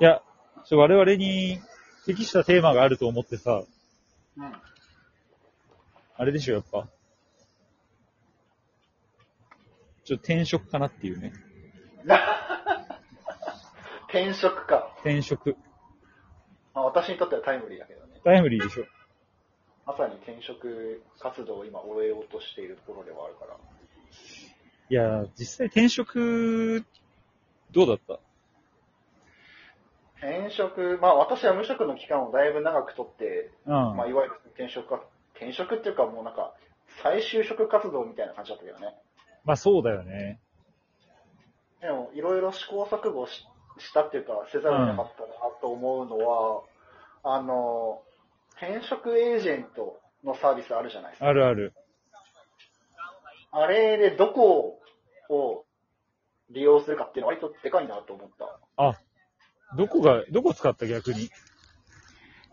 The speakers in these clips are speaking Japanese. いや、ちょ我々に適したテーマがあると思ってさ、うん。 あれでしょ、やっぱ。ちょ、転職かなっていうね。転職か。転職。まあ、私にとってはタイムリーだけどね。タイムリーでしょ。まさに転職活動を今終えようとしているところではあるから。いや、実際転職、どうだった転職、まあ私は無職の期間をだいぶ長くとって、うん。まあいわゆる転職か、転職っていうかもうなんか、再就職活動みたいな感じだったけどね。まあそうだよね。でも、いろいろ試行錯誤ししたっていうか、せざるを得なかったなと思うのは、あの、転職エージェントのサービスあるじゃないですか。あるある。あれでどこを利用するかっていうのは割とでかいなと思った。あ、どこが、どこ使った逆に。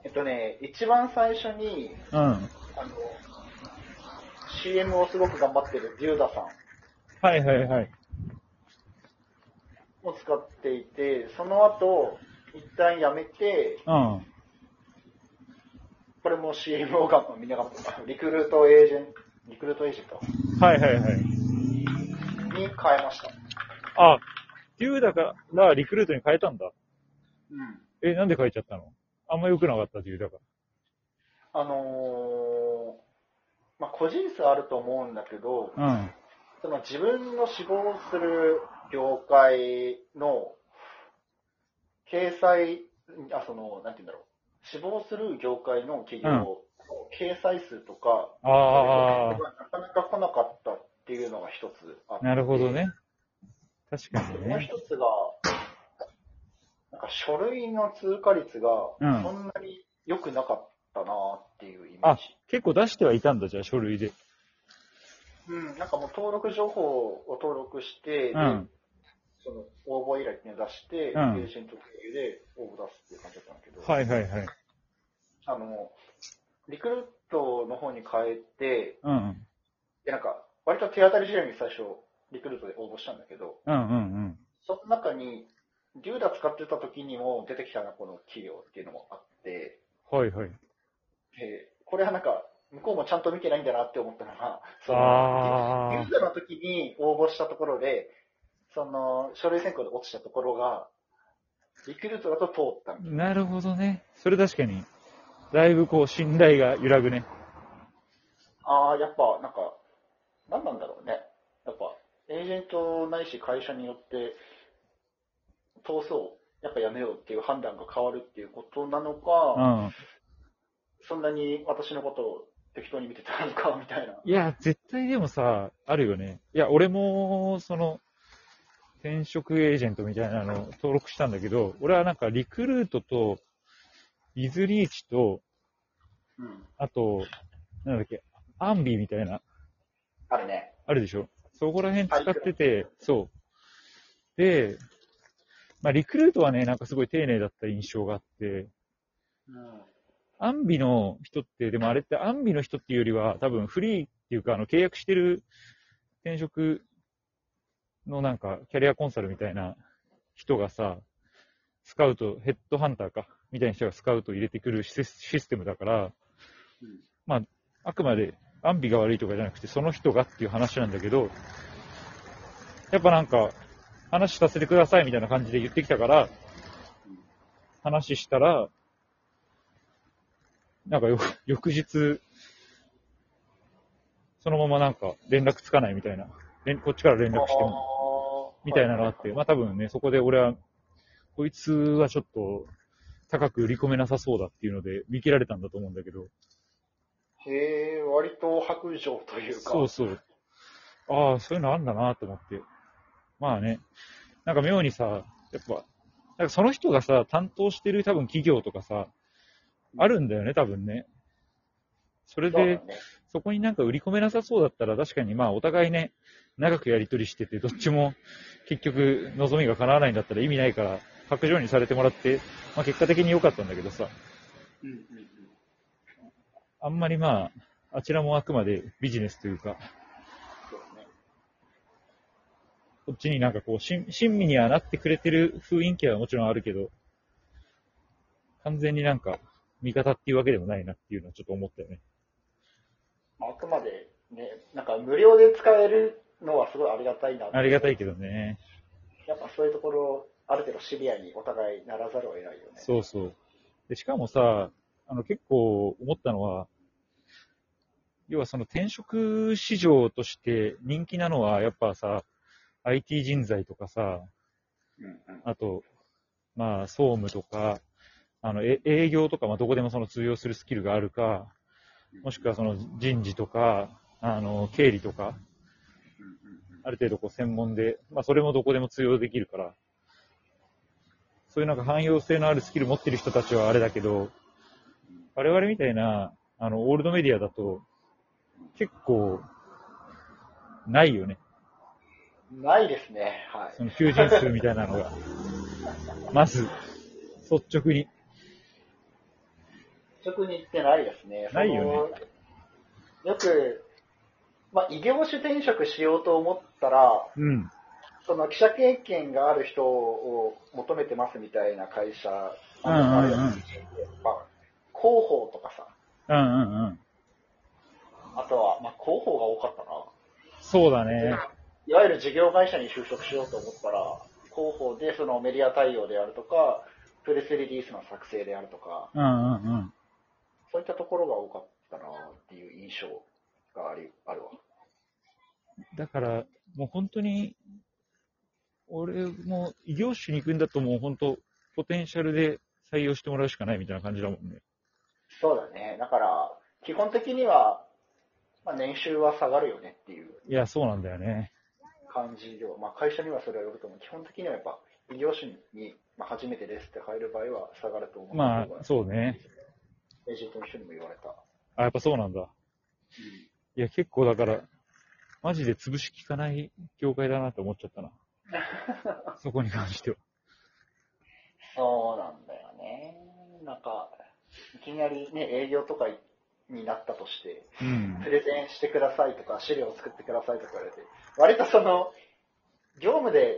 えっとね、一番最初に、うん。はあの、CM をすごく頑張ってるデューダさんいはいはい。を使っていて、その後、一旦やめて、うん。これも CM をがみんなが、リクルートエージェント、リクルートエージェントはいはいはい。に変えました。あ、デューだからリクルートに変えたんだ。うん。え、なんで変えちゃったのあんま良くなかった、デューだかあのーまあ、個人差あると思うんだけど、ら。うん。その自分の志望する業界の掲載、あ、その、なんて言うんだろう。志望する業界の企業うんの掲載数とか、あなかなか来なかったっていうのが一つあっあ、て、なるほどね。確かにもうね。一つが、なんか書類の通過率がうんそんなに良くなかったなっていうイメーあジ。、結構出してはいたんだ、じゃあ、書類で。うん、なんかもう登録情報を登録して、うん。その応募依頼っていうのを出して、うんエージェント経由で応募出すっていう感じだったんだけど、はいはいはい。あの、リクルートの方に変えて、うん。で、なんか、割と手当たり次第に最初、リクルートで応募したんだけど、うんうんうん。その中に、リューダ使ってた時にも出てきたな、この企業っていうのもあって、はいはい。で、これはなんか、向こうもちゃんと見てないんだなって思ったのが、その、ユあーザーの時に応募したところで、その、書類選考で落ちたところが、リクルートだと通ったんあ、だ。なるほどね。それ確かに、だいぶこう、信頼が揺らぐね。ああ、やっぱ、なんか、何なんだろうね。やっぱ、エージェントないし会社によって、通そう、やっぱやめようっていう判断が変わるっていうことなのうか、ん。そんなに私のことを適当に見てたのか、みたいな。いや、絶対でもさ、あるよね。いや、俺も、その、転職エージェントみたいなの登録したんだけど、俺はなんか、リクルートと、ビズリーチと、うん。あと、なんだっけ、アンビみたいな、あるね。あるでしょそこら辺使ってて、そう。で、まあ、リクルートはね、なんかすごい丁寧だった印象があって、うん。アンビの人って、でもあれってアンビの人っていうよりは、多分フリーっていうか、あの、契約してる転職のなんか、キャリアコンサルみたいな人がさ、スカウト、ヘッドハンターか、みたいな人がスカウトを入れてくるシスシステムだからうん、まあ、あくまでアンビが悪いとかじゃなくて、その人がっていう話なんだけど、やっぱなんか、話させてくださいみたいな感じで言ってきたから、話したら、なんかよ、 翌日、そのままなんか連絡つかないみたいな。連こっちから連絡しても、みたいなのあって、まあ多分ね、そこで俺は、こいつはちょっと高く売り込めなさそうだっていうので見切られたんだと思うんだけど、へえ、割と白状というか。そうそう。ああ、そういうのあんだなと思って。まあね、なんか妙にさ、やっぱ、なんかその人がさ、担当してる多分企業とかさ、あるんだよね、多分ね。それそうだでね、そこになんか売り込めなさそうだったら、確かにまあお互いね、長くやり取りしてて、どっちも結局望みが叶わないんだったら意味ないから、白状にされてもらって、まあ結果的に良かったんだけどさ、うんうんうん。あんまりまあ、あちらもあくまでビジネスというか、そうだね。こっちになんかこう、しん親身にはなってくれてる雰囲気はもちろんあるけど、完全になんか、味方っていうわけでもないなっていうのはちょっと思ったよね。まあ、あくまでね、なんか無料で使えるのはすごいありがたいな。ありがたいけどね。やっぱそういうところ、ある程度シビアにお互いならざるを得ないよね。そうそう。で、しかもさ、あの、結構思ったのは、要はその転職市場として人気なのは、やっぱさ、IT 人材とかさ、うんうん。あと、まあ、総務とか、あの、え営業とか、まあ、どこでもその通用するスキルがあるか、もしくはその人事とか、あの、経理とか、うんうんうんある程度こう専門で、まあ、それもどこでも通用できるから、そういうなんか汎用性のあるスキル持ってる人たちはあれだけど、我々みたいな、あの、オールドメディアだと、結構、ないよね。ないですね。はい。その求人数みたいなのが。まず、率直に。直に行ってないですね。ないよねその。よく、まあ、異業種転職しようと思ったら、うん。その記者経験がある人を求めてますみたいな会社、うんうんうんあるやつまあ、広報とかさ、うんうんうん。あとは、まあ、広報が多かったな。そうだね。いわゆる事業会社に就職しようと思ったら、広報でそのメディア対応であるとか、プレスリリースの作成であるとか、うんうんうん。そういったところが多かったなっていう印象がありあるわ。だから、もう本当に、俺も異業種に行くんだともう本当、ポテンシャルで採用してもらうしかないみたいな感じだもんね。そうだね。だから、基本的には、まあ、年収は下がるよねっていういや、そうなんだよね。感じでは、まあ、会社にはそれはよると思う。基本的にはやっぱ、異業種に、まあ、初めてですって入る場合は下がると思う。まあ、そうね。エージェントの人にも言われた。あ、やっぱそうなんだ。いや、結構だから、マジで潰し効かない業界だなって思っちゃっ たな。そこに関しては。そうなんだよね。なんか、いきなりね、営業とかになったとして、うんプ。レゼンしてくださいとか、資料を作ってくださいとか言われて、割とその、業務で、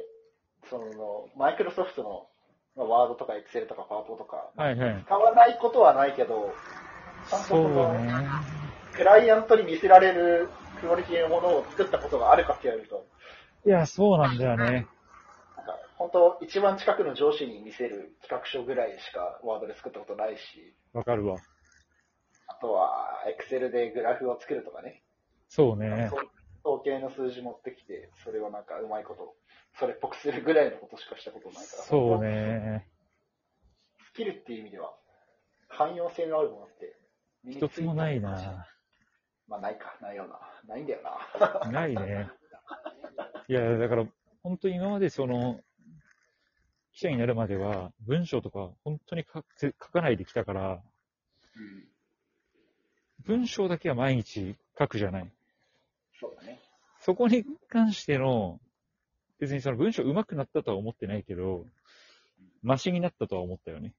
その、マイクロソフトの、まあワードとかエクセルとかパワポとか、はいはい。使わないことはないけど、ちゃんとそそうの、ね。クライアントに見せられるクオリティのものを作ったことがあるかって言われると、いや、そうなんだよね。なんか、本当一番近くの上司に見せる企画書ぐらいしかワードで作ったことないし、わかるわ。あとは、エクセルでグラフを作るとかね。そうね。そう統計の数字持ってきて、それをなんかうまいこと、それっぽくするぐらいのことしかしたことないから、そう。ね。スキルっていう意味では、汎用性のあるものって、身につ一いつもないな。まあ、ないか、ないような。ないんだよな。ないね。いや、だから、本当に今までその、記者になるまでは、文章とか本当に書く書かないできたから、うん、文章だけは毎日書くじゃない。そうだね。そこに関しての、別にその文章上手くなったとは思ってないけど、マシになったとは思ったよね。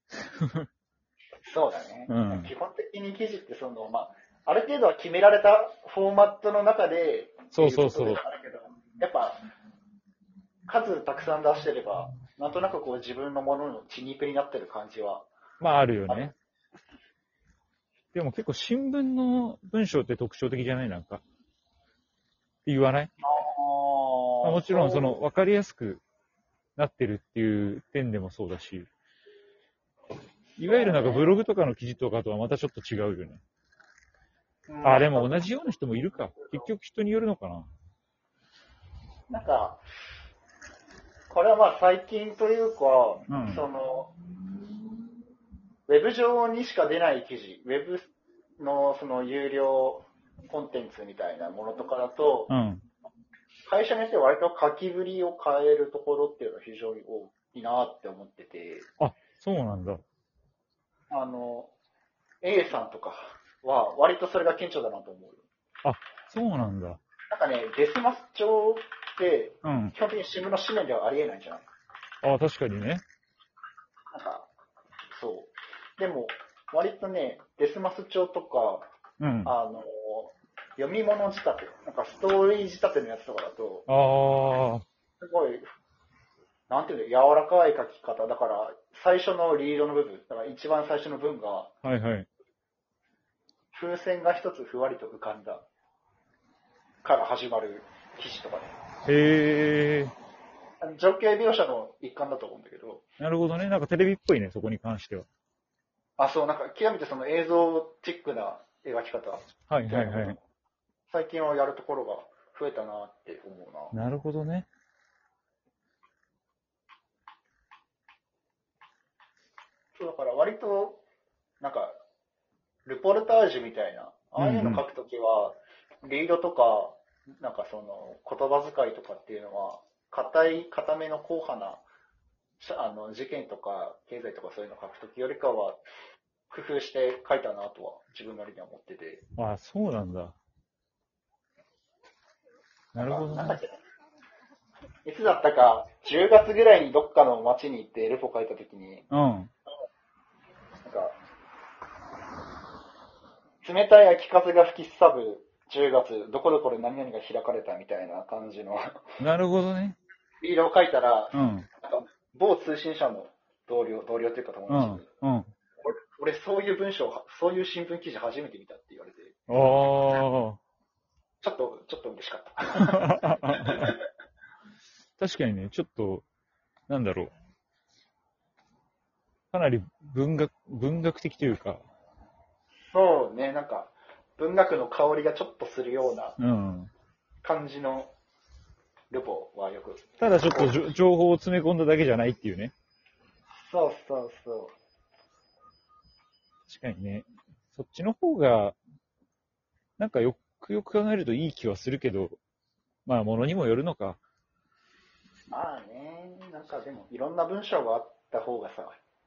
そうだね。うん基本的に記事って、その、まあ、ある程度は決められたフォーマットの中で、そうそうそうっていことではあるけどやっぱ、数たくさん出してれば、なんとなくこう自分のものの血肉になってる感じは、まああるよね。でも結構新聞の文章って特徴的じゃないなんか。って言わないまあ、もちろん、その、わかりやすくなってるっていう点でもそうだし、いわゆるなんかブログとかの記事とかとはまたちょっと違うよね。うん、あ、でも同じような人もいるか。結局人によるのかな。なんか、これはまあ最近というか、うんその、ウェブ上にしか出ない記事、ウェブのその有料コンテンツみたいなものとかだと、うん。会社によって割と書きぶりを変えるところっていうのは非常に多いなって思ってて、そうなんだ。あの、A さんとかは割とそれが顕著だなと思うよ。そうなんだ。なんかね、デスマス調ってうん。基本的に新聞の紙面ではありえないじゃないあ、確かにね。なんか、そう。でも、割とね、デスマス調とか、うん。ああの、読み物仕立て、なんかストーリー仕立てのやつとかだと、あー、すごい、なんていうの、柔らかい書き方、だから、最初のリードの部分、だから一番最初の文が、はいはい。風船が一つふわりと浮かんだから始まる記事とかね。へえ。あの情景描写の一環だと思うんだけど、なるほどね。なんかテレビっぽいね、そこに関しては。あ、そう、なんか極めてその映像チックな描き方。はいはいはい。最近はやるところが増えたなって思うな。なるほどね。そうだから割と、なんか、ルポルタージュみたいな、ああいうの書くときは、リードとか、なんかその、言葉遣いとかっていうのは、硬い、硬めの硬派な、しあの、事件とか、経済とかそういうの書くときよりかは、工夫して書いたなとは、自分なりには思ってて。ああ、そうなんだ。なるほど あなんだっね。けいつだったか、10月ぐらいにどっかの街に行ってルポ書いたときに、うん。なんか、冷たい秋風が吹きすさぶ10月、どこどこで何々が開かれたみたいな感 じのなるほどね。リードを書いたら、うん。なんか某通信社の同僚、同僚というか友う達に、ん。うん。俺、俺そういう文章、そういう新聞記事初めて見たって言われて、あちょっと、ちょっと嬉しかった。あ。 確かにね、ちょっと、なんだろう。かなり文学、文学的というか、そうね、なんか、文学の香りがちょっとするようなうん。感じのルポはよく。ただちょっとじょ情報を詰め込んだだけじゃないっていうね。そうそうそう。確かにね。そっちの方が、なんかよくよく考えるといい気はするけど、まあ、ものにもよるのか。まあね、なんかでも、いろんな文章があった方がさ、